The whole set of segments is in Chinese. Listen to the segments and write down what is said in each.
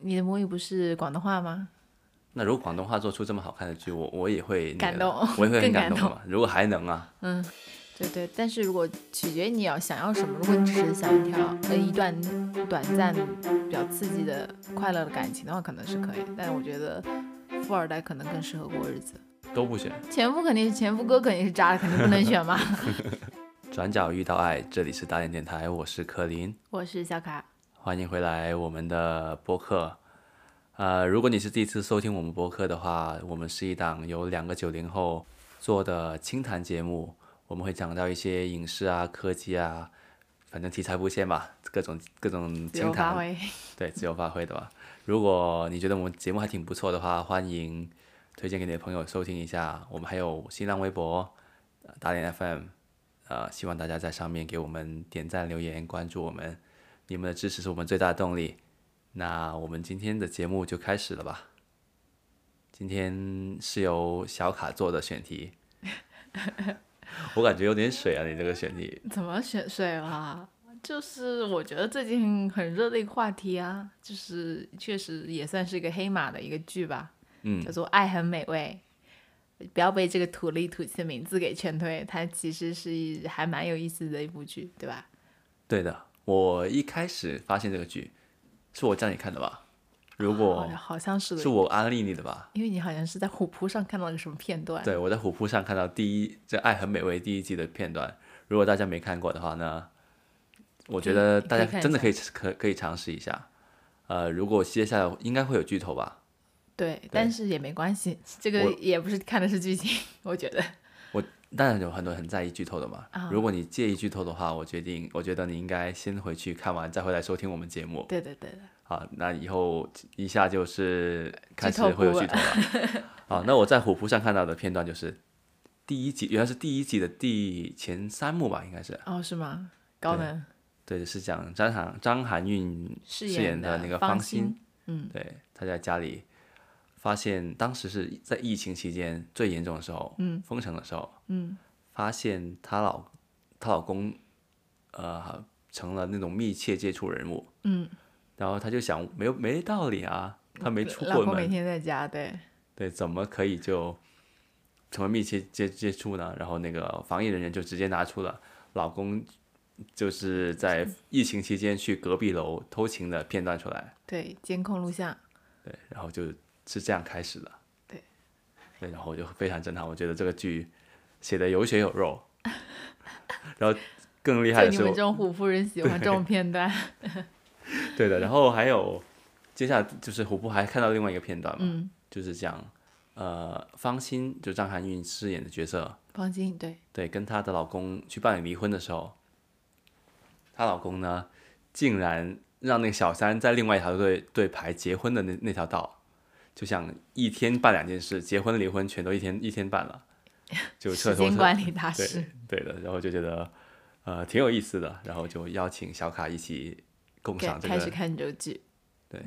你的母语不是广东话吗？那如果广东话做出这么好看的剧，我我也会、那个、感动 我也会很更感动嘛。如果还能啊，嗯，对对，但是如果取决于你要想要什么，如果你只是想一条呃一段短暂、比较刺激的快乐的感情的话，可能是可以。但我觉得富二代可能更适合过日子。都不选。前夫肯定是前夫哥肯定是渣的，肯定不能选嘛。转角遇到爱，这里是打脸电台，我是柯林， 我是小卡，欢迎回来我们的播客。呃，如果你是第一次收听我们播客的话，我们是一档由两个九零后做的清谈节目，我们会讲到一些影视啊、科技啊，反正题材不限吧，各种各种自清由发谈。挥。对，自由发挥的吧。如果你觉得我们节目还挺不错的话，欢迎推荐给你的朋友收听一下。我们还有新浪微博、呃打脸 FM，呃，希望大家在上面给我们点赞、留言、关注我们，你们的支持是我们最大的动力。那我们今天的节目就开始了吧。今天是由小卡做的选题， 我感觉有点水啊，你这个选题。怎么选水啦？就是我觉得最近很热的一个话题啊，就是确实也算是一个黑马的一个剧吧，嗯叫做《爱很美味》。不要被这个土里土气的名字给劝退，它其实是一还蛮有意思的一部剧，对吧？对的，我一开始发现这个剧，是我叫你看的吧？如好果像好像是的，是我安利你的吧？因为你好像是在虎扑上看到了个什么片段，对，我在虎扑上看到第一这《爱很美味》第一季的片段，如果大家没看过的话呢，我觉得可以大家可以看一真的可以可可以尝试一下。呃，如果接下来应该会有剧透吧？对，但是也没关系，这个我也不是看的是剧情， 我觉得我当然有很多人很在意剧透的嘛。啊如果你介意剧透的话，我决定，我觉得你应该先回去看完，再回来收听我们节目。对对对对，好，那以后一下就是开始透会有部位剧透了。好，那我在虎扑上看到的片段就是第一季，原来是第一季的第前三幕吧，应该是哦是吗？高对能对，是讲张含张含韵饰饰演的的那个方方心，嗯，对，她在家里发现当时是在疫情期间最严重的时候，嗯，封城的时候，嗯，发现她老她老公呃成了那种密切接触人物，嗯，然后她就想没有没道理啊，她没出老过公每门，天在家，对，对，怎么可以就成为密切接接触呢？然后那个防疫人员就直接拿出了老公就是在疫情期间去隔壁楼偷情的片段出来，对，监控录像，对，然后就是这样开始的，对，对，然后我就非常震撼，我觉得这个剧写的有血有 肉，然后更 厉害就的你是们我，这种虎扑人喜欢这种片段，对的，然后还有接下来就是虎扑还看到另外一个片段嘛，嗯，就是讲呃方心就张含韵饰演的角色。放心，对，对，跟她的老公去办理离婚的时候，她老公呢，竟然让那个小三在另外一条队队排结婚的那那条道，就想一天办两件事，结婚离婚全都一天一天办了，就彻时头间彻管理大对师，对的，然后就觉得呃挺有意思的，然后就邀请小卡一起共开赏这开始个，看这个剧。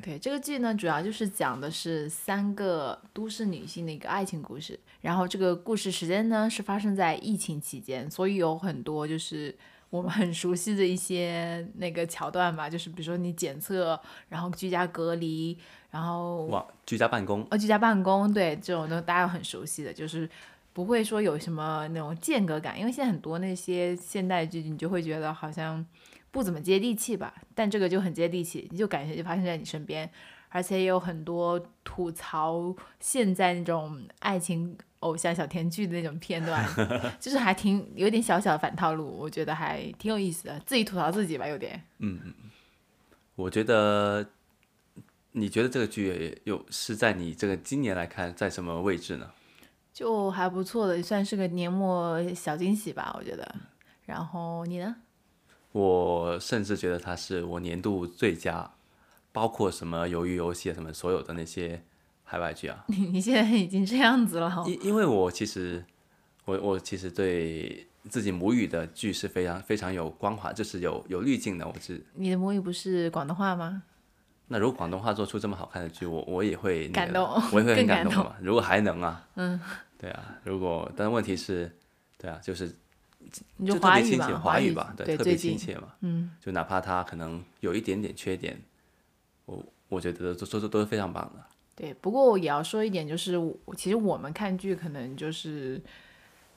对这个剧呢，主要就是讲的是三个都市女性的一个爱情故事。然后这个故事时间呢是发生在疫情期间，所以有很多就是我们很熟悉的一些那个桥段吧，就是比如说你检测，然后居家隔离，然后哇，居家办公，哦，居家办公，对这种都大家很熟悉的，就是不会说有什么那种间隔感，因为现在很多那些现代剧，你就会觉得好像不怎么接地气吧，但这个就很接地气，你就感觉就发生在你身边，而且也有很多吐槽现在那种爱情偶像小甜剧的那种片段，就是还挺有点小小的反套路，我觉得还挺有意思的，自己吐槽自己吧，有点。我觉得。你觉得这个剧有是在你这个今年来看在什么位置呢？就还不错的，算是个年末小惊喜吧，我觉得。然后你呢？我甚至觉得它是我年度最佳，包括什么《鱿鱼游戏》啊，什么所有的那些海外剧啊。 你你现在已经这样子了哦，因因为我其实，我我其实对自己母语的剧是非常非常有光环，就是有有滤镜的。我是你的母语不是广东话吗？那如果广东话做出这么好看的剧，我我也会、那感个动我也会很更感感动嘛。如果还能啊，嗯，对啊，如果但问题是，对啊，就是你就就特华别语亲吧，切，华语吧，对，特别最亲近切嘛，嗯，就哪怕他可能有一点点缺点，我我觉得都都都是非常棒的。对，不过我也要说一点，就是我其实我们看剧可能就是，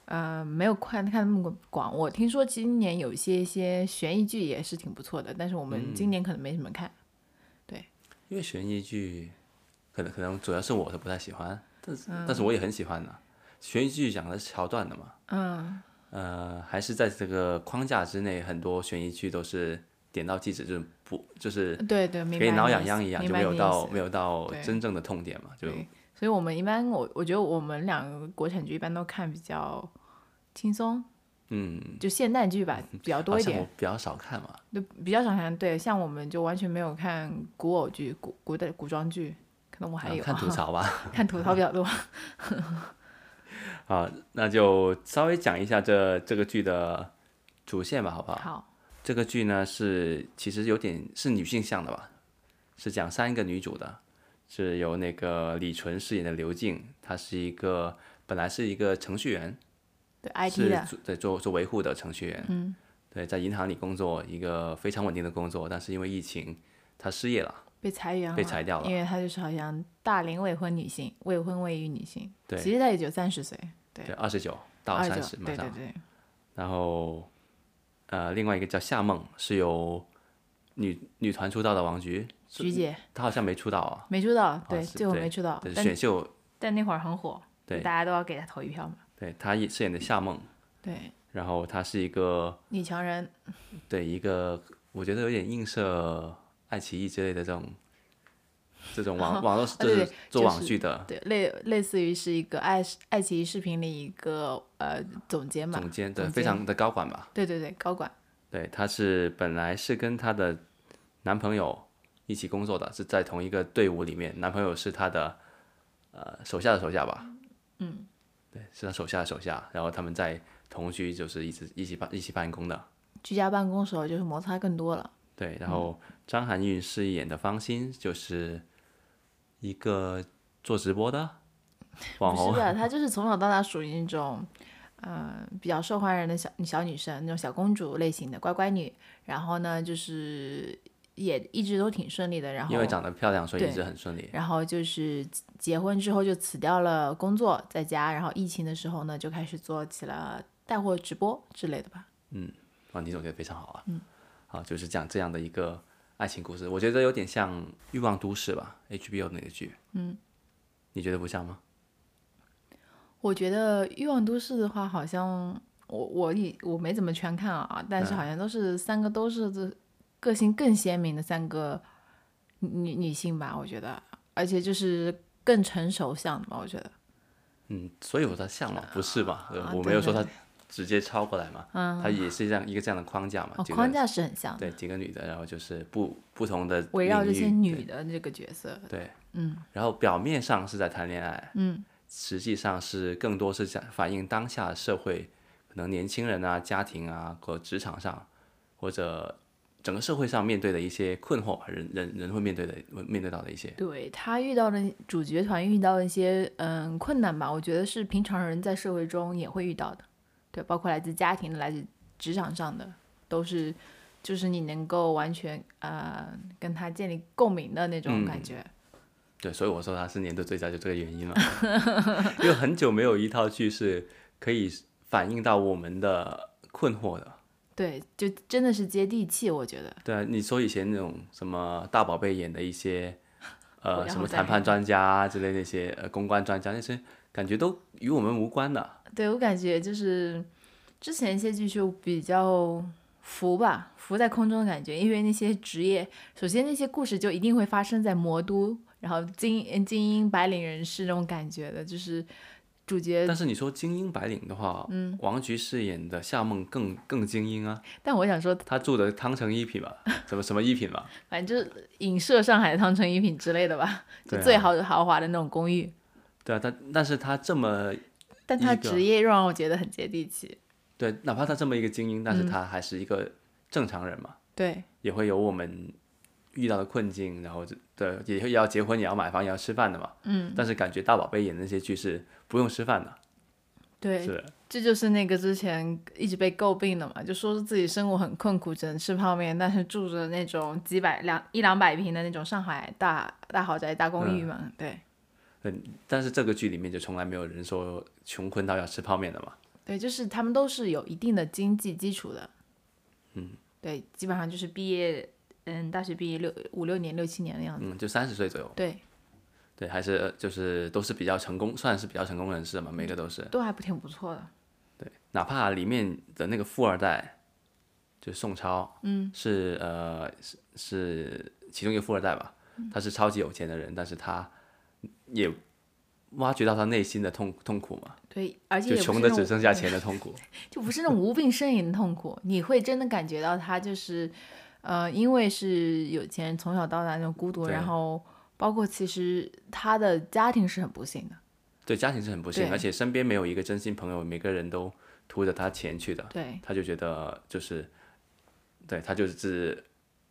呃，没有看看那么广。我听说今年有一些一些悬疑剧也是挺不错的，但是我们嗯今年可能没什么看。因为悬疑剧，可能可能主要是我是不太喜欢，但是、但是我也很喜欢的。悬疑剧讲的是桥段的嘛，嗯，呃，还是在这个框架之内，很多悬疑剧都是点到即止，就是不就是对对，明白给你挠痒意痒思一样，明就白没有你意到思没有到对真正的痛点嘛，就对，所以我们一般我我觉得我们两个国产剧一般都看比较轻松，嗯，就现代剧吧比较多好一像点我。比较少看嘛，就比较少看，对，像我们就完全没有看古偶剧、古古代古装剧，可能我还啊有、看吐槽吧。 看吐槽比较多。啊，那就稍微讲一下这这个剧的主线吧，好 不好？好，这个剧呢是其实有点是女性向的吧，是讲三个女主的，是由那个李纯饰演的刘静，她是一个本来是一个程序员，对是 IT 的，做对做做维护的程序员，嗯，对，在银行里工作，一个非常稳定的工作，但是因为疫情，她失业了，被裁员了，被裁掉了因为她就是好像大龄未婚女性、未婚未育女性，对其实她也就三十岁，对对，二十九到二十三九十，，马对上对，对，然后，呃，另外一个叫夏梦，是由女女团出道的王菊，菊姐她好像没出道啊，没出道，对，是最后对没出道对，，但选秀，但那会儿很火，对大家都要给她投一票嘛，对她也饰演的夏梦，对，然后她是一个女强人，对一个，我觉得有点映射爱奇艺之类的这种这 种网网络就啊对是对做就网是剧的对，类类似于是一个爱爱奇艺视频的一个呃总监嘛，总监，对，总非常的高管吧，对对对，高管。对，她是本来是跟她的男朋友一起工作的，是在同一个队伍里面，男朋友是她的呃手下的手下吧？嗯，对，是她手下的手下，然后他们在同居，就是一直一起办一起办公的。居家办公时候就是摩擦更多了。对，然后张含韵饰演的方欣就是一个做直播的网不红是，的，她就是从小到大属于那种，嗯、比较受欢迎的小小女生，那种小公主类型的乖乖女。然后呢，就是也一直都挺顺利的。然后因为长得漂亮，所以一对直很顺利。然后就是结婚之后就辞掉了工作，在家。然后疫情的时候呢，就开始做起了带货直播之类的吧。啊，你总结得非常好啊。嗯，好，就是讲这样的一个爱情故事，我觉得有点像《欲望都市》吧，HBO 那个剧。嗯，你觉得不像吗？我觉得《欲望都市》的话，好像我我以我没怎么全看啊，但嗯是好像都是三个都是这个性更鲜明的三个女女性吧，我觉得，而且就是更成熟向的嘛，我觉得。嗯，所以我说像嘛，不是嘛？呃啊我对没有说对嗯它直接抄过来嘛，它也是这样啊一个这样的框架嘛，哦，几个框架是很像的，对几个女的，然后就是不不同的围绕领这些域女的这个角色，对，嗯，然后表面上是在谈恋爱，嗯，实际上是更多是想反映当下社会，可能年轻人啊、家庭啊和职场上，或者整个社会上面对的一些困惑，人人人会面对的面对到的一 些，对她遇到的主角团遇到的一些嗯困难吧，我觉得是平常人在社会中也会遇到的，对，包括来自家庭的、来自职场上的，都是就是你能够完全呃跟他建立共鸣的那种感觉。对，所以我说它是年度最佳就这个原因嘛，因为很久没有一套剧是可以反映到我们的困惑的。对，就真的是接地气，我觉得。对啊，你说以前那种什么大宝贝演的一些，呃，然什后么再谈判专家啊之类那些，呃，公关专家那些，感觉都与我们无关的。对我感觉就是之前一些剧就比较浮吧，浮在空中的感觉，因为那些职业，首先那些故事就一定会发生在魔都，然后精精英白领人士那种感觉的，就是主角。但是你说精英白领的话，嗯，王菊饰演的夏梦更更精英啊，但我想说，她住的汤臣一品吧，什么什么一品吧，反正就是影射上海的汤臣一品之类的吧，对就啊最豪豪华的那种公寓。对啊，但但是她这么但他一个职业又让我觉得很接地气。对，哪怕她这么一个精英，嗯但是她还是一个正常人嘛，对也会有我们遇到的困境，然后这对也也要结婚，也要买房，也要吃饭的嘛，嗯，但是感觉大宝贝演的那些剧是不用吃饭的。对，是这就是那个之前一直被诟病的嘛，就说是自己生活很困苦，只能吃泡面，但是住着那种几百两一两百平的那种上海大大豪宅、大公嗯寓嘛，对但是这个剧里面就从来没有人说穷困到要吃泡面的嘛。对，就是他们都是有一定的经济基础的，嗯，对，基本上就是毕业，嗯，大学毕业六五六年、六七年的样子，嗯，就三十岁左右，对，对，还是呃就是都是比较成功，算是比较成功人士嘛，每个都是。都还不挺不错的，对，哪怕里面的那个富二代，就是宋超，嗯，是呃是是其中一个富二代吧，他是超级有钱的人，但是他也挖掘到他内心的痛痛苦嘛，对，而且就也不穷是的那只种剩下钱的 痛苦。就不是那种无病呻吟的痛苦，你会真的感觉到他就是，呃，因为是有钱人从小到大那种孤独，对然后包括其实他的家庭是很不幸的，对，家庭是很不幸，对而且身边没有一个真心朋友，每个人都图着他钱去的，对 他就觉得就是，对他就是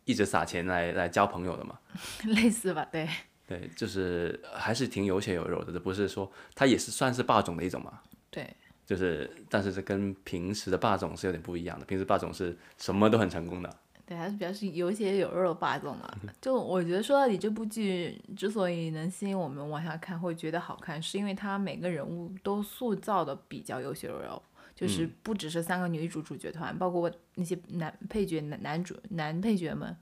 一直撒钱来来交朋友的嘛。类似吧，对对，就是呃还是挺有血有肉的，不是说他也是算是霸总的一种嘛，对就是但是这跟平时的霸总是有点不一样的，平时霸总是什么都很成功的，对，还是比较是有血有肉的霸总嘛。就我觉得说到底，这部剧之所以能吸引我们往下看，会觉得好看，是因为他每个人物都塑造的比较有血有肉。就是不只是三个女主主角团，包括那些男配角、男男主、男配角们，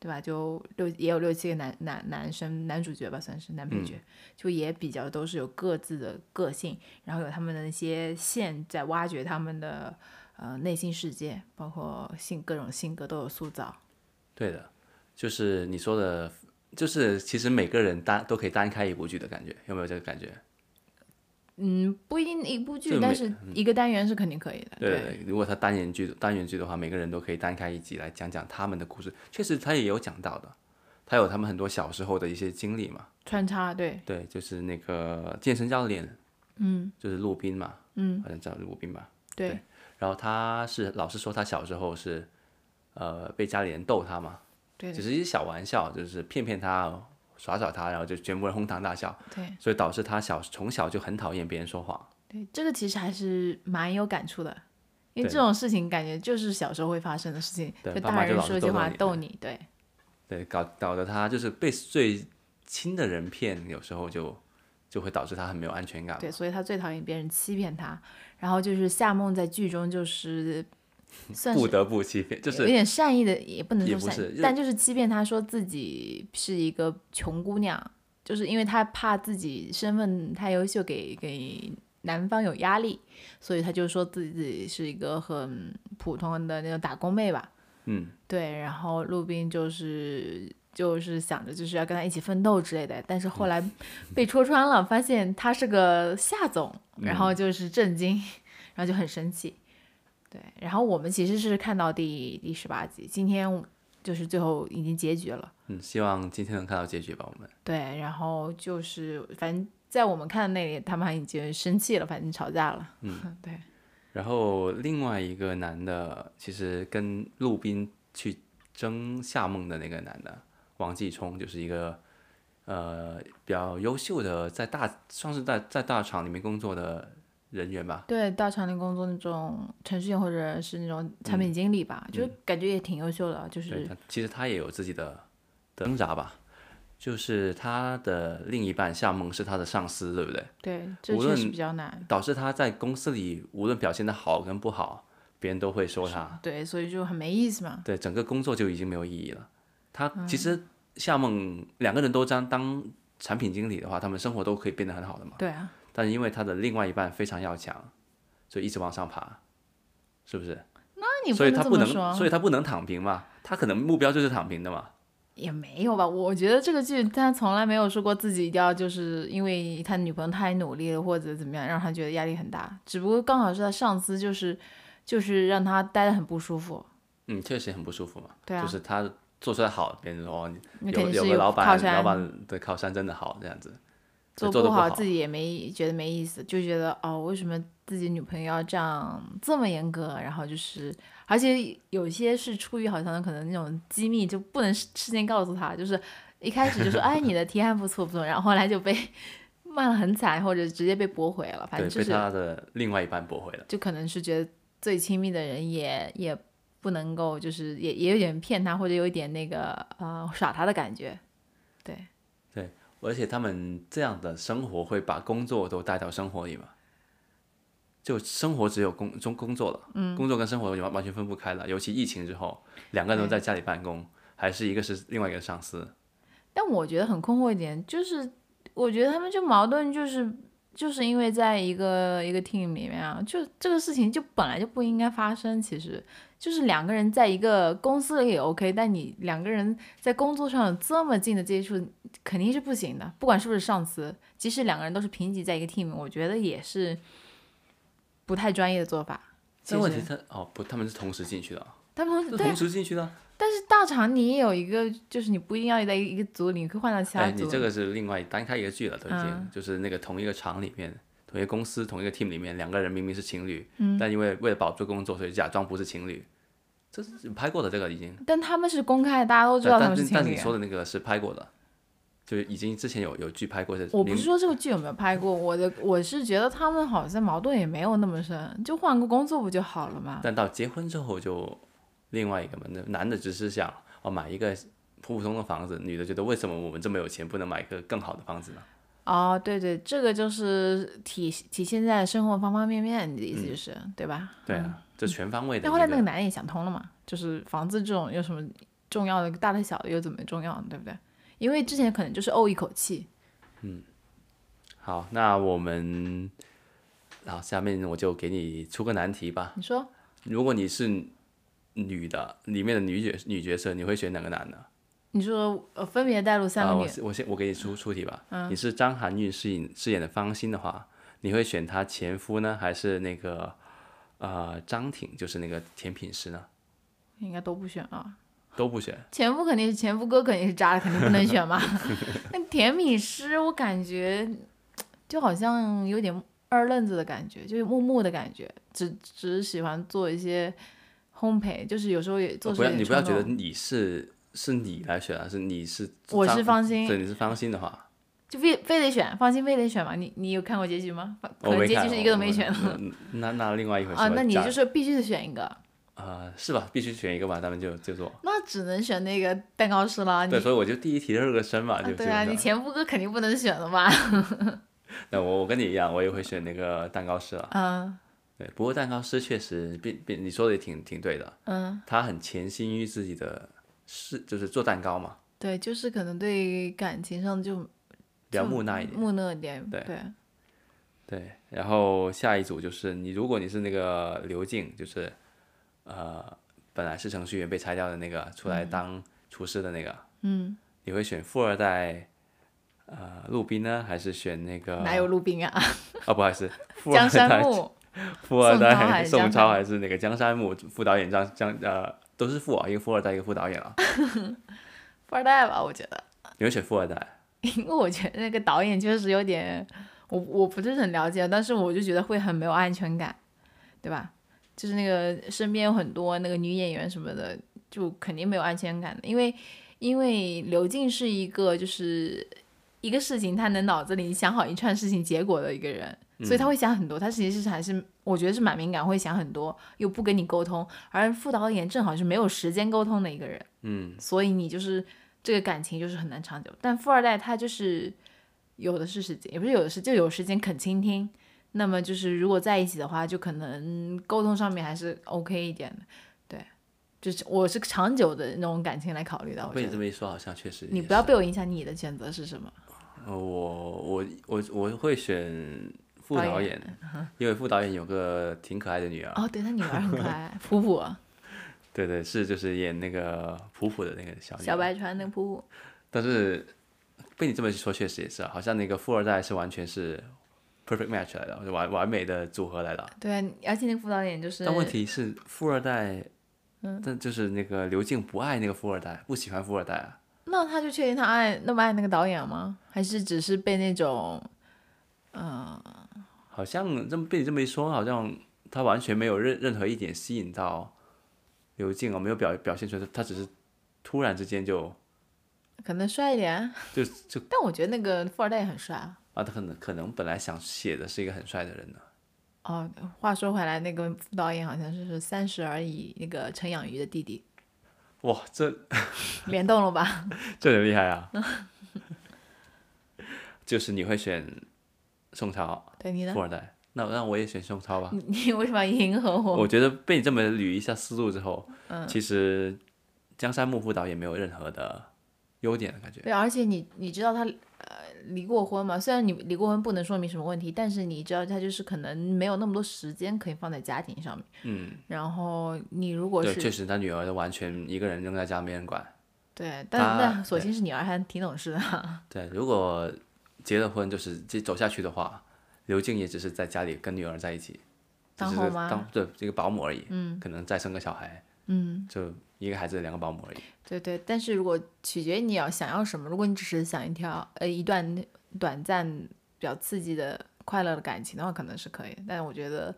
对吧？就六也有六七个男男男生男主角吧，算是男配角，就也比较都是有各自的个性，然后有他们的那些线在挖掘他们的呃内心世界，包括性各种性格都有塑造。对的，就是你说的，就是其实每个人单都可以单开一部剧的感觉，有没有这个感觉？嗯，不一定一部就剧，每但是一个单元是肯定可以的。嗯对，如果他单元剧单元剧的话，每个人都可以单开一集来讲讲他们的故事。确实，他也有讲到的，他有他们很多小时候的一些经历嘛。穿插对对，就是那个健身教练，嗯，就是陆斌嘛，嗯，好像叫陆斌吧。对然后他是老师说他小时候是，呃，被家里人逗他嘛，对只是一些小玩笑，就是骗骗他，耍耍他，然后就全部人哄堂大笑，对所以导致他小从小就很讨厌别人说谎。对，这个其实还是蛮有感触的，因为对这种事情感觉就是小时候会发生的事情，对就爸妈大就人老是说逗句逗话你逗你，对对，搞搞得他就是被最亲的人骗，有时候就就会导致他很没有安全感。对，所以他最讨厌别人欺骗他。然后就是夏梦在剧中就是算不是得不欺骗，就有是点善意的，也不能也说不善是意就，但就是欺骗他说自己是一个穷姑娘，就是因为他怕自己身份太优秀给给男方有压力，所以他就说自己是一个很普通的那种打工妹吧。嗯，对，然后陆斌就是就是想着就是要跟他一起奋斗之类的，但是后来被戳穿了，发现他是个夏总，然后就是震惊，然后就很生气。对，然后我们其实是看到第第十八集，今天就是最后已经结局了。嗯，希望今天能看到结局吧，我们。对，然后就是反正在我们看的那里，他们还已经生气了，反正吵架了。嗯， 对，然后另外一个男的，其实跟陆斌去争夏梦的那个男的，王继冲，就是一个呃比较优秀的，在大算是在在大厂里面工作的人员吧。对，到厂里工作那种程序员或者是那种产品经理吧，就是感觉也挺优秀的，就是对他，其实他也有自己的的挣扎吧，就是他的另一半夏梦是他的上司，对不对？对，这无确实论比较难。导致他在公司里无论表现的好跟不好，别人都会说他。对，所以就很没意思嘛。对，整个工作就已经没有意义了。他嗯其实夏梦两个人都当当产品经理的话，他们生活都可以变得很好的嘛。对啊，但是因为他的另外一半非常要强，所以一直往上爬，是不是？那你所以他能这不么能，说，所以他不能躺平嘛。他可能目标就是躺平的嘛。也没有吧？我觉得这个剧他从来没有说过自己一定要就是因为他女朋友太努力了或者怎么样，让他觉得压力很大。只不过刚好是他上司就是就是让他待得很不舒服。嗯，确实很不舒服嘛。对啊就是他做出来好，别人说哦，那肯有定有是个老靠板，山老板的靠山真的好这样子。做做得不好自己也没觉得没意思，就觉得哦，为什么自己女朋友要这样这么严格？然后就是，而且有些是出于好像可能那种机密，就啊不能事事先告诉他，就是一开始就说哎你的提案不错不错，然后后来就被骂的很惨，或者直接被驳回了，反正对，就被是他的另外一半驳回了。就可能是觉得最亲密的人也也不能够，就是也也有点骗他，或者有一点那个呃耍他的感觉。对，而且他们这样的生活会把工作都带到生活里嘛？就生活只有工中工作了，嗯，工作跟生活完完全分不开了。尤其疫情之后，两个人都在家里办公，还是一个是另外一个上司，但我觉得很困惑一点，就是我觉得他们就矛盾，就是就是因为在一个一个 team 里面啊，就这个事情就本来就不应该发生。其实就是两个人在一个公司里也 OK，但你两个人在工作上有这么近的接触，肯定是不行的。不管是不是上司，即使两个人都是平级在一个 team，我觉得也是不太专业的做法。这问题其实他哦不，他们是同时进去的啊，他们是对啊同，时进去的啊。但是大厂你也有一个，就是你不一定要在一个组里，你可以换到其他哎，组。你这个是另外单开一个剧了，都已经、嗯就是那个同一个厂里面、同一个公司、同一个 team 里面，两个人明明是情侣，嗯、但因为为了保住工作，所以假装不是情侣。这是拍过的，这个已经。但他们是公开的，大家都知道但他但们是是情但是侣啊你。说的那个是拍过的，就是已经之前有有剧拍过这。我不您是说这个剧有没有拍过，我的我是觉得他们好像矛盾也没有那么深，就换个工作不就好了嘛。但到结婚之后就另外一个嘛，那男的只是想哦买一个普普通通的房子，女的觉得为什么我们这么有钱不能买一个更好的房子呢？哦，对对，这个就是体体现在生活方方面面，你的意思就是、对吧？嗯对啊，这全方位的但一嗯后来那个个。男的也想通了嘛，就是房子这种有什么重要的，大的小的又怎么重要呢，对不对？因为之前可能就是哦怄一口气，好，那我们好，下面我就给你出个难题吧。你说如果你是女的，里面的女角女角色，你会选哪个男的？你说呃分别带入三啊，个女我是我先我给你出嗯出题吧。你是张含韵饰演饰演的方心的话，你会选她前夫呢，还是那个呃张挺，就是那个甜品师呢？应该都不选啊。都不选。前夫肯定是前夫哥，肯定是渣的，肯定不能 选嘛。那甜品师，我感觉就好像有点二愣子的感觉，就是木木的感觉，只只喜欢做一些烘焙，就是有时候也做呃出不有要点你不要冲觉动得你是是你来选啊，是你是我是张方心对，你是方心的话，就非非得选，放心非得选嘛。你你有看过结局吗？反可我能哦没结看，局是一个都我没选。嗯那那另外一回事啊，吧那你假就是必须得选一个，呃是吧？必须选一个吧，咱们就就做。那只能选那个蛋糕师啦。啊你对，所以我就第一题热个身嘛，啊就对啊，基你本上前夫哥肯定不能选了吧？ 那我我跟你一样，我也会选那个蛋糕师了。嗯对，不过蛋糕师确实，并并你说的也挺挺对的，嗯，他很潜心于自己的事，就是做蛋糕嘛，对，就是可能对感情上就比较就木讷一点。木讷一点，对对对，然后下一组就是你，如果你是那个刘静，就是呃，本来是程序员被裁掉的那个，出来当厨师的那个，嗯，你会选富二代呃陆斌呢，还是选那个？哪有陆冰啊？ 啊，不好意思，富二江山代，木， 富二宋朝还代是宋江超山还是那个江山木副导演张张呃都是富啊，一个富二代，一个副导演啊。富二代吧，我觉得， 你会选富二代？因为我觉得那个导演确实有点，我我不是很了解，但是我就觉得会很没有安全感，对吧？就是那个身边有很多那个女演员什么的，就肯定没有安全感的，因为因为刘静是一个就是一个事情，她能脑子里想好一串事情结果的一个人，所嗯以她会想很多，她其实是还是我觉得是蛮敏感，会想很多，又不跟你沟通，而副导演正好是没有时间沟通的一个人，嗯，所以你就是这个感情就是很难长久。但富二代他就是有的是时间，也不是有的是，就有时间肯倾听。那么就是如果在一起的话，就可能沟通上面还是 OK 一点的，对，就是我是长久的那种感情来考虑的，我被觉你这得。么一说，好像确实哦你也不要是被我影响，你的选择是什么？呃我我我我会选副导导演嗯演，因为副导演有个挺可爱的女儿，哦，对他女儿很可 爱，普普，啊对对，是就是演那个普普的那个小女小儿，白船那个普普，但是被你这么一说，确实也是啊，好像那个富二代是完全是 perfect match 来的，是完完美的组合来的。对，啊而且那个副导演就是嗯但问题是富二代，但就是那个刘静不爱那个富二代，不喜欢富二代啊，那他就确定他爱那么爱那个导演吗？还是只是被那种，呃好像这么被你这么一说，好像他完全没有任任何一点吸引到刘静哦，没有表表现出来，他只是突然之间就可能帅一点？ 就就但我觉得那个富二代也很帅啊。啊，他可能可能本来想写的是一个很帅的人呢。哦，话说回来，那个副导演好像是《三十而已》那个陈养瑜的弟弟，哇，这联动了吧？ 这人厉害啊！ 就是你会选宋朝对你呢富？二代，那那我也选宋朝吧。你你为什么要迎合我？我觉得被你这么捋一下思路之后，其实江山木辅导也没有任何的优点的感觉。对，而且你你知道他呃离过婚嘛？虽然你离过婚不能说明什么问题，但是你知道他就是可能没有那么多时间可以放在家庭上面。嗯，然后你如果对，是确实他女儿完全一个人扔在家没人管。对，他但但索对性是你儿还挺懂事的。 对，如果结了婚就是这走下去的话，刘静也只是在家里跟女儿在一起，当只是后妈当对这个保姆而已。嗯，可能再生个小孩。嗯，就一个孩子两个保姆而已。对对，但是如果取决于你要想要什么，如果你只是想一条呃一段短暂比较刺激的快乐的感情的话，可能是可以的。但我觉得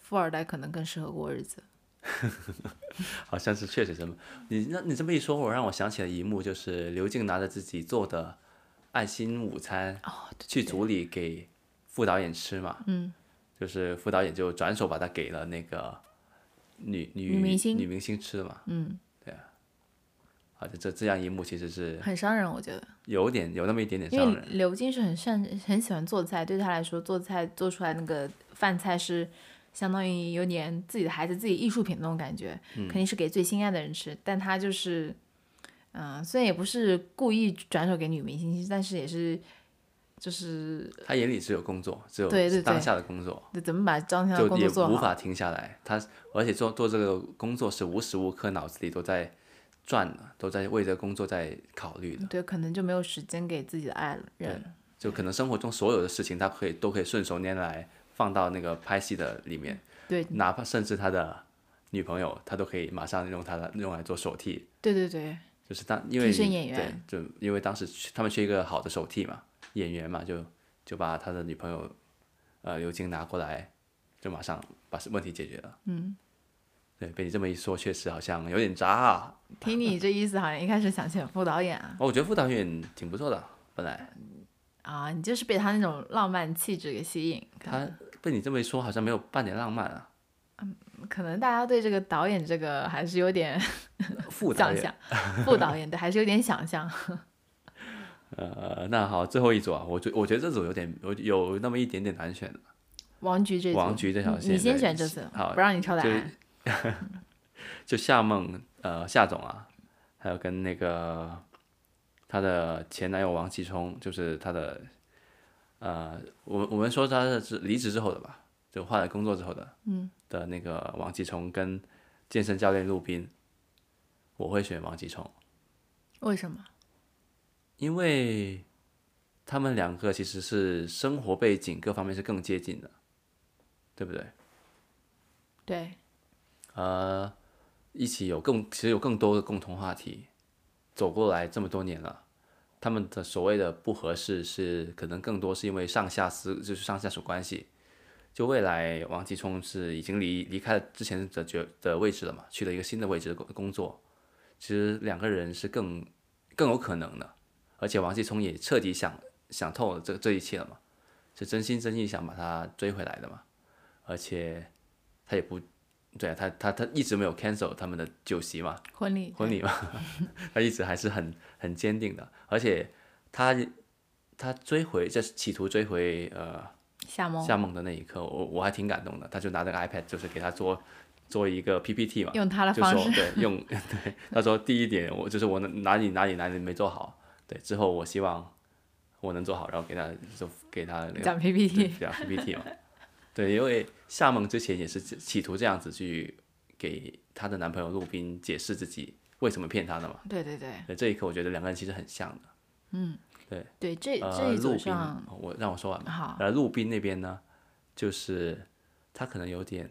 富二代可能更适合过日子。好像是确实这么。你那你这么一说，我让我想起了一幕，就是刘静拿着自己做的爱心午餐哦，对去组里给副导演吃嘛。嗯，就是副导演就转手把它给了那个女女女明星女明星吃嘛。啊嗯，好像这这样一幕其实是很伤人，我觉得。有点有那么一点点因伤为人。刘晶是很擅很喜欢做菜，对他来说，做菜做出来那个饭菜是相当于有点自己的孩子、自己艺术品那种感觉，嗯肯定是给最心爱的人吃。但他就是，嗯、虽然也不是故意转手给女明星，但是也是就是他眼里只有工作，只有呃对对对当下的工作，怎么把张天的就工也作做无好。法停下来。他而且做做这个工作是无时无刻脑子里都在转的，都在为这个工作在考虑的。对，可能就没有时间给自己的爱人。就可能生活中所有的事情，他可以都可以顺手拈来放到那个拍戏的里面，对哪怕甚至他的女朋友，他都可以马上用他的用来做手替，对对对，就是当因为替身你演员对，就因为当时缺他们缺一个好的手替嘛，演员嘛，就就把他的女朋友呃刘晶拿过来，就马上把问题解决了。嗯，对，被你这么一说，确实好像有点渣啊。听你这意思，好像一开始想选副导演啊哦，我觉得副导演挺不错的，本来。啊，你就是被他那种浪漫气质给吸引。可能他被你这么一说，好像没有半点浪漫啊。可能大家对这个导演这个还是有点副导想演象，副导演对，还是有点想象。呃，那好，最后一组啊，我觉我觉得这组有点有有那么一点点难选的，王菊这组王菊这条线你先对选这次，好不让你挑答就案。就夏梦呃夏总啊，还有跟那个她的前男友王继冲，就是她的呃，我们我们说她是是离职之后的吧，就换了工作之后的，嗯，的那个王继冲跟健身教练陆斌，我会选王继冲。为什么？因为他们两个其实是生活背景各方面是更接近的，对不对？对，呃，一起有更其实有更多的共同话题，走过来这么多年了，他们的所谓的不合适是可能更多是因为上下司就是上下属关系。就未来王继冲是已经离离开了之前的角的位置了嘛，去了一个新的位置工工作，其实两个人是更更有可能的，而且王继冲也彻底想想透了这这一切了嘛，是真心真意想把他追回来的嘛，而且他也不对啊，他他他一直没有 cancel 他们的酒席嘛，婚礼，婚礼嘛， 他一直还是很很坚定的，而且他他追回，这企图追回呃夏梦夏梦的那一刻，我我还挺感动的，他就拿那个 iPad 就是给他做做一个 PPT 嘛，用他的就方说式，对用 对，他说第一点我就是我能哪里哪里哪里没做好，对之后我希望我能做好，然后给他就给他那个讲对 PPT，比较 PPT 嘛。对，因为夏梦之前也是企图这样子去给她的男朋友陆斌解释自己为什么骗她的嘛。对对对对，这一刻我觉得两个人其实很像的。对，这这呃，一陆组斌，上哦我让我说完吧。好，然后陆斌那边呢，就是他可能有点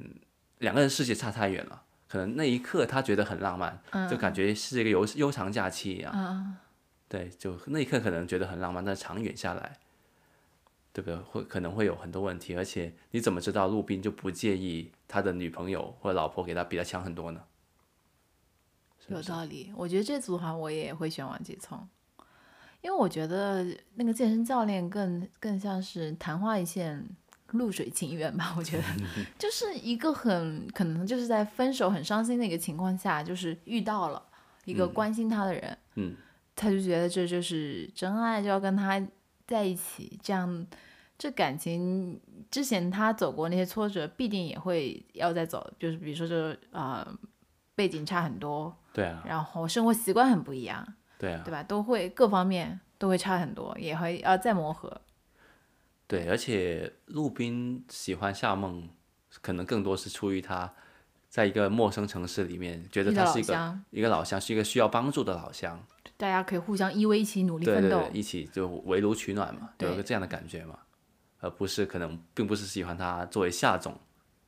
两个人世界差太远了，可能那一刻他觉得很浪漫，就感觉是一个悠悠长假期一样。对，就那一刻可能觉得很浪漫，但长远下来，对不对？会可能会有很多问题，而且你怎么知道陆斌就不介意他的女朋友或者老婆给他比他强很多呢？有道理。我觉得这组好像我也会选王继聪，因因为我觉得那个健身教练更更像是昙花一现、露水情缘吧。我觉得就是一个很可能就是在分手很伤心的一个情况下，就是遇到了一个关心他的人，嗯他就觉得这就是真爱，就要跟他在一起。这样，这感情之前他走过那些挫折，必定也会要再走。就是比如说这呃背景差很多，对啊，然后生活习惯很不一样，对啊，对吧？都会各方面都会差很多，也会要再磨合。对，而且陆冰喜欢夏梦，可能更多是出于他在一个陌生城市里面，觉得遇他到是老一个乡，一个老乡，是一个需要帮助的老乡，大家可以互相依偎，一起努力对奋对斗。对，一起就围炉取暖嘛，有一对个这样的感觉嘛，而不是可能并不是喜欢他作为夏总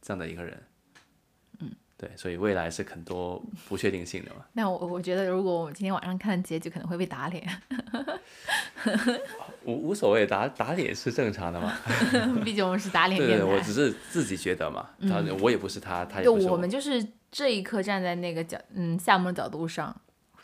这样的一个人，嗯，对，所以未来是很多不确定性的嘛，那我我觉得，如果我们今天晚上看结局，可能会被打 脸， 无无所谓，打打脸是正常的嘛，毕竟我们是打脸对电对台。对，我只是自己觉得嘛，他我也不是他，他也嗯就不是我们就是这一刻站在那个角，嗯，夏目角度上，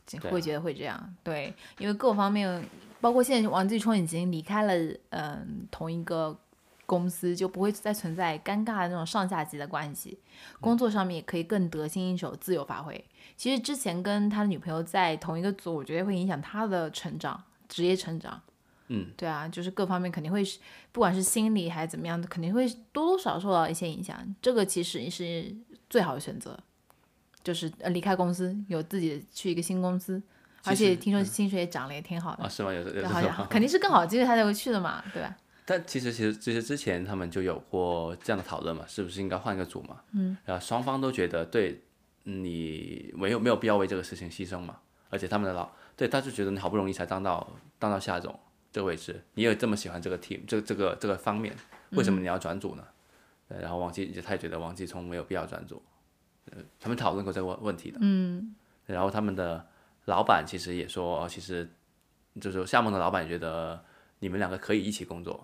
就对啊会觉得会这样。对，因为各方面，包括现在王继冲已经离开了，嗯，同一个公司，就不会再存在尴尬的那种上下级的关系。嗯工作上面也可以更得心应手，自由发挥。其实之前跟他的女朋友在同一个组，我觉得会影响他的成长，职业成长。嗯，对啊，就是各方面肯定会是，不管是心理还是怎么样，肯定会多多少少受到一些影响。这个其实是最好的选择，就是呃离开公司，有自己的去一个新公司，其而且实嗯听说薪水也涨了，也挺好的。啊是吗？有有对，这好种像肯定是更好的机会，他才会去的嘛，对吧？但其实其实其实之前他们就有过这样的讨论嘛，是不是应该换个组嘛？嗯，然后双方都觉得对你没有没有必要为这个事情牺牲嘛，而且他们的老对他就觉得你好不容易才当到当到夏总这个位置，你也这么喜欢这个 team 这这个这个方面，为什么你要转组呢？对，然后王继他也觉得王继聪没有必要转组，呃，他们讨论过这个问问题的，嗯，然后他们的老板其实也说，哦其实就是夏梦的老板也觉得你们两个可以一起工作。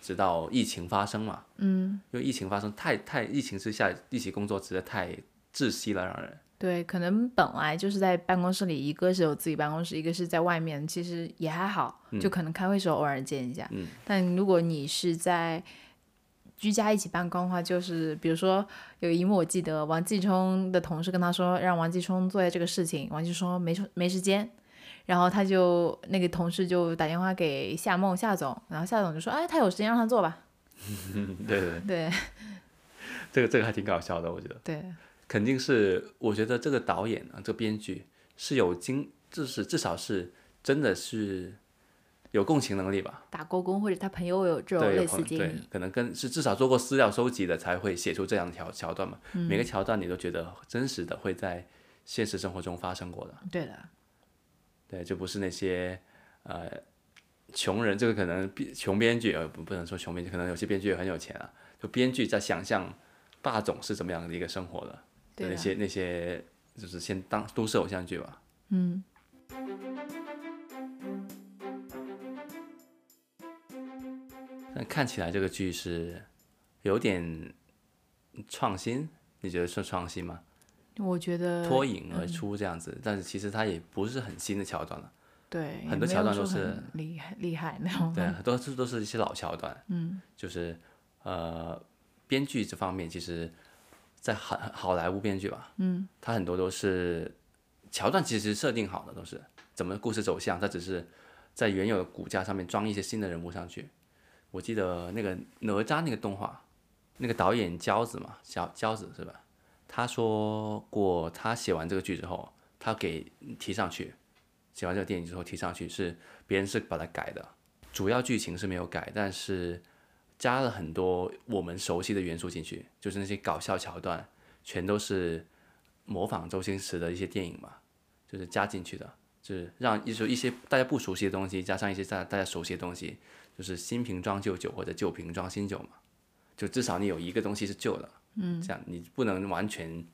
直到疫情发生嘛，嗯，因为疫情发生太太疫情之下一起工作实在太窒息了，让人对，可能本来就是在办公室里，一个是有自己办公室，一个是在外面，其实也还好，就可能开会时候偶尔见一下。嗯但如果你是在居家一起办公的话，就是比如说有一幕我记得，王继冲的同事跟他说让王继冲做一下这个事情，王继冲没没时间。然后他就那个同事就打电话给夏梦夏总，然后夏总就说：“哎，他有时间让他做吧。嗯对对，对对” 这个这个还挺搞笑的，我觉得对肯定是，我觉得这个导演啊，这个编剧是有经，就是至少是真的是有共情能力吧，打过工或者他朋友有这种对，有类可似能经对历，，可能跟是至少做过资料收集的才会写出这样的条桥段嘛，嗯每个桥段你都觉得真实的会在现实生活中发生过的。对的，对，就不是那些呃穷人，这个可能编穷编剧呃不不能说穷编剧，可能有些编剧也很有钱啊，就编剧在想象霸总是怎么样的一个生活的，对就啊那的。些那些就是先当都市偶像剧吧。嗯。但看起来这个剧是有点创新，你觉得是创新吗？我觉得脱颖而出这样子，但是其实它也不是很新的桥段了，对，很多桥段都是也没有说很厉害厉害 那种。对，啊很多都都是一些老桥段，嗯，就是呃，编剧这方面其实，在好好莱坞编剧吧，嗯，他很多都是桥段其实设定好的，都是怎么故事走向，他只是在原有的骨架上面装一些新的人物上去。我记得那个哪吒那个动画，那个导演焦子嘛，小焦子是吧？他说过，他写完这个剧之后，他给提上去，写完这个电影之后提上去是别人是把它改的，主要剧情是没有改，但是加了很多我们熟悉的元素进去，就是那些搞笑桥段，全都是模仿周星驰的一些电影嘛，就是加进去的，就是让一些一些大家不熟悉的东西，加上一些大大家熟悉的东西，就是新瓶装旧酒或者旧瓶装新酒嘛，就至少你有一个东西是旧的，嗯，这样你不能完全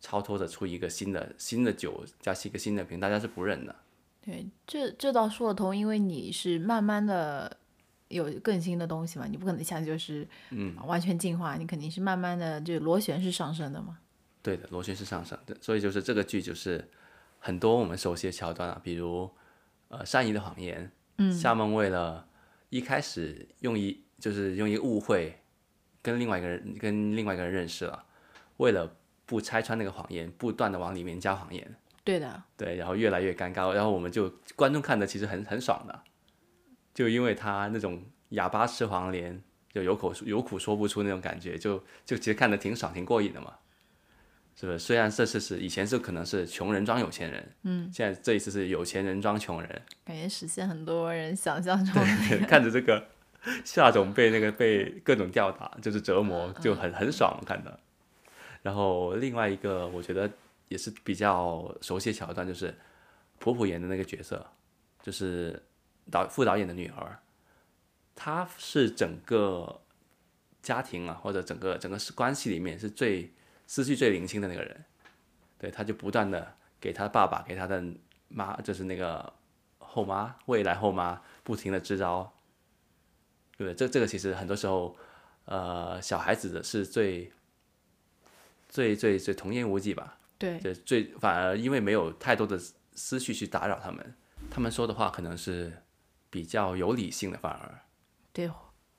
超脱着出一个新的新的酒加一个新的瓶，大家是不认的，对，这这倒说得通，因为你是慢慢的有更新的东西嘛，你不可能一下子就是嗯完全进化，你肯定是慢慢的就螺旋是上升的嘛。对的，螺旋式上升的，所以就是这个剧就是很多我们熟悉的桥段啊，比如呃善意的谎言。嗯，夏梦为了一开始用一就是用一个误会跟另外一个人跟另外一个人认识了，为了不拆穿那个谎言，不断的往里面加谎言，对的，对，然后越来越尴尬，然后我们就观众看的其实很很爽的，就因为他那种哑巴吃黄连，就有口有苦说不出那种感觉，就就其实看的挺爽挺过瘾的嘛，是不是？虽然这次是以前是可能是穷人装有钱人，嗯，现在这一次是有钱人装穷人，感觉实现很多人想象中的看着这个夏总被那个被各种吊打，就是折磨，就很很爽看的。然后另外一个我觉得也是比较熟悉的桥段，就是普普演的那个角色，就是导副导演的女儿，她是整个家庭啊或者整个整个关系里面是最思绪最零星的那个人，对，她就不断的给她爸爸给她的妈，就是那个后妈未来后妈不停的支招，对不对？这这个其实很多时候，呃，小孩子的是最最最最童言无忌吧，对就最反而因为没有太多的思思绪去打扰他们，他们说的话可能是比较有理性的，反而 对，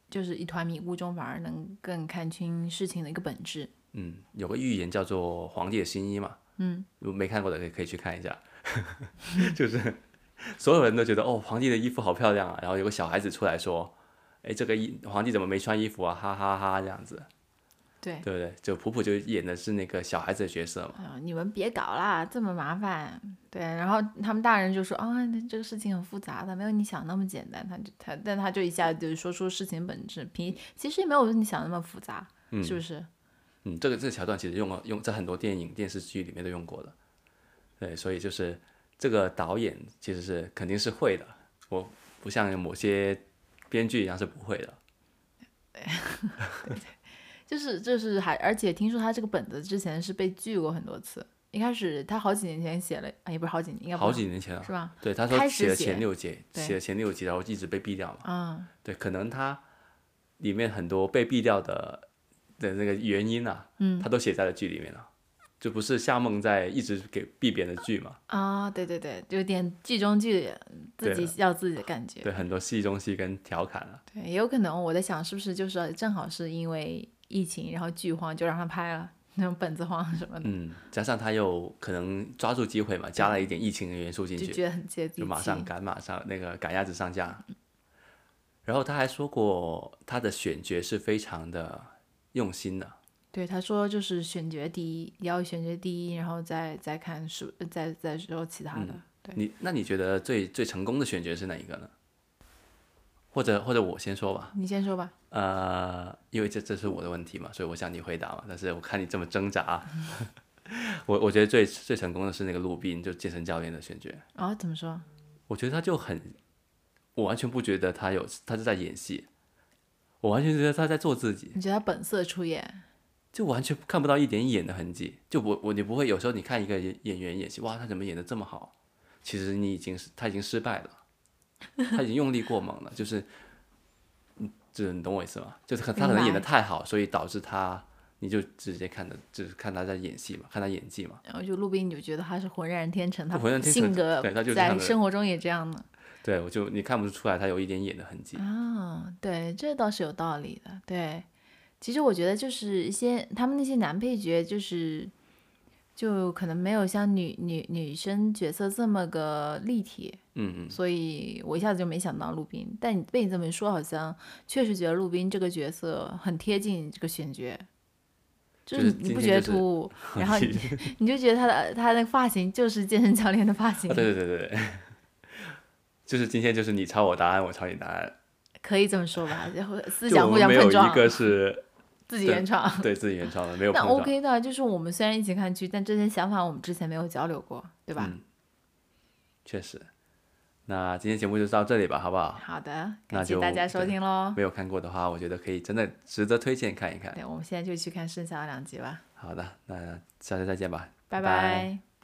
就是一团迷雾中反而能更看清事情的一个本质。嗯，有个寓言叫做《皇帝的新衣》嘛，嗯，如果没看过的可以可以去看一下， 就是 所有人都觉得哦，皇帝的衣服好漂亮啊，然后有个小孩子出来说，哎，这个衣皇帝怎么没穿衣服啊，哈哈哈这样子，对，对不对？就普普就演的是那个小孩子的角色嘛，哎呦，你们别搞啦，这么麻烦。对，然后他们大人就说啊，那这个事情很复杂的，没有你想那么简单。他就他，但他就一下就说出事情本质，平其实也没有你想那么复杂，是不是？嗯，这个这个桥段其实用了用在很多电影电视剧里面都用过的，对，所以就是这个导演其实是肯定是会的，我不像某些编剧一样是不会的，就是就是还，而且听说他这个本子之前是被拒过很多次。一开始他好几年前写了，啊，也不是好几年，应该不好是几年前了。啊是吧？对，他说开始写了写前六节，对写了前六集，然后一直被毙掉嘛。嗯，对，可能他里面很多被毙掉的的那个原因啊，嗯，他都写在了剧里面了，就不是夏梦在一直给避别人的剧嘛。啊、对对对，就有点剧中剧，自对己要自己的感觉。对，很多戏中戏跟调侃啊，对，也有可能我在想，是不是就是正好是因为疫情，然后剧荒就让他拍了那种本子荒什么的，嗯，加上他又可能抓住机会嘛，加了一点疫情的元素进就去，觉得很接地气。就马上赶马上那个赶鸭子上架。然后他还说过，他的选角是非常的用心的，对，他说就是选角第一，要选角第一，然后再再看书，再再说其他的。嗯对，你那你觉得最最成功的选角是哪一个呢？或者或者我先说吧，你先说吧。呃，因为这这是我的问题嘛，所以我想你回答嘛。但是我看你这么挣扎，我我觉得最最成功的是那个陆斌，就健身教练的选角。啊、怎么说？我觉得他就很，我完全不觉得他有他是在演戏，我完全觉得他在做自己，你觉得他本色出演？就完全看不到一点演的痕迹。就我我你不会有时候你看一个演演员演戏，哇，他怎么演的这么好？其实你已经是他已经失败了，他已经用力过猛了，就是，嗯，就是你懂我意思吗？就是他他可能演明的白太好，所以导致他你就直接看的，就是看他在演戏嘛，看他演技嘛。然后就陆斌，你就觉得他是浑然天成，他浑然天成性格对他就是这样在的人生活中也这样的。对我就你看不出来他有一点演的痕迹。啊，对，这倒是有道理的。对，其实我觉得就是一些他们那些男配角，就是就可能没有像女女女生角色这么个立体，嗯嗯，所以我一下子就没想到陆冰。但你被你这么一说，好像确实觉得陆冰这个角色很贴近这个选角。就就是是你今不天觉得就是突兀，然后你你就觉得他的他的发型就是健身教练的发型啊，，对对对对对， 就是今天就是你抄我答案，我抄你答案，可以这么说 吧，然后思就想我互们相没有碰一撞，个是自己对原创。对自己原创的，没有碰 那撞。 OK 的，就是我们虽然一起看剧，但这些想法我们之前没有交流过，对吧？嗯确实，那今天节目就到这里吧，好不好？好的，那感谢就大家收对听喽。没有看过的话，我觉得可以真的值得推荐看一看。对，我们现在就去看剩下的两集吧，好的，那下次再见吧，拜拜拜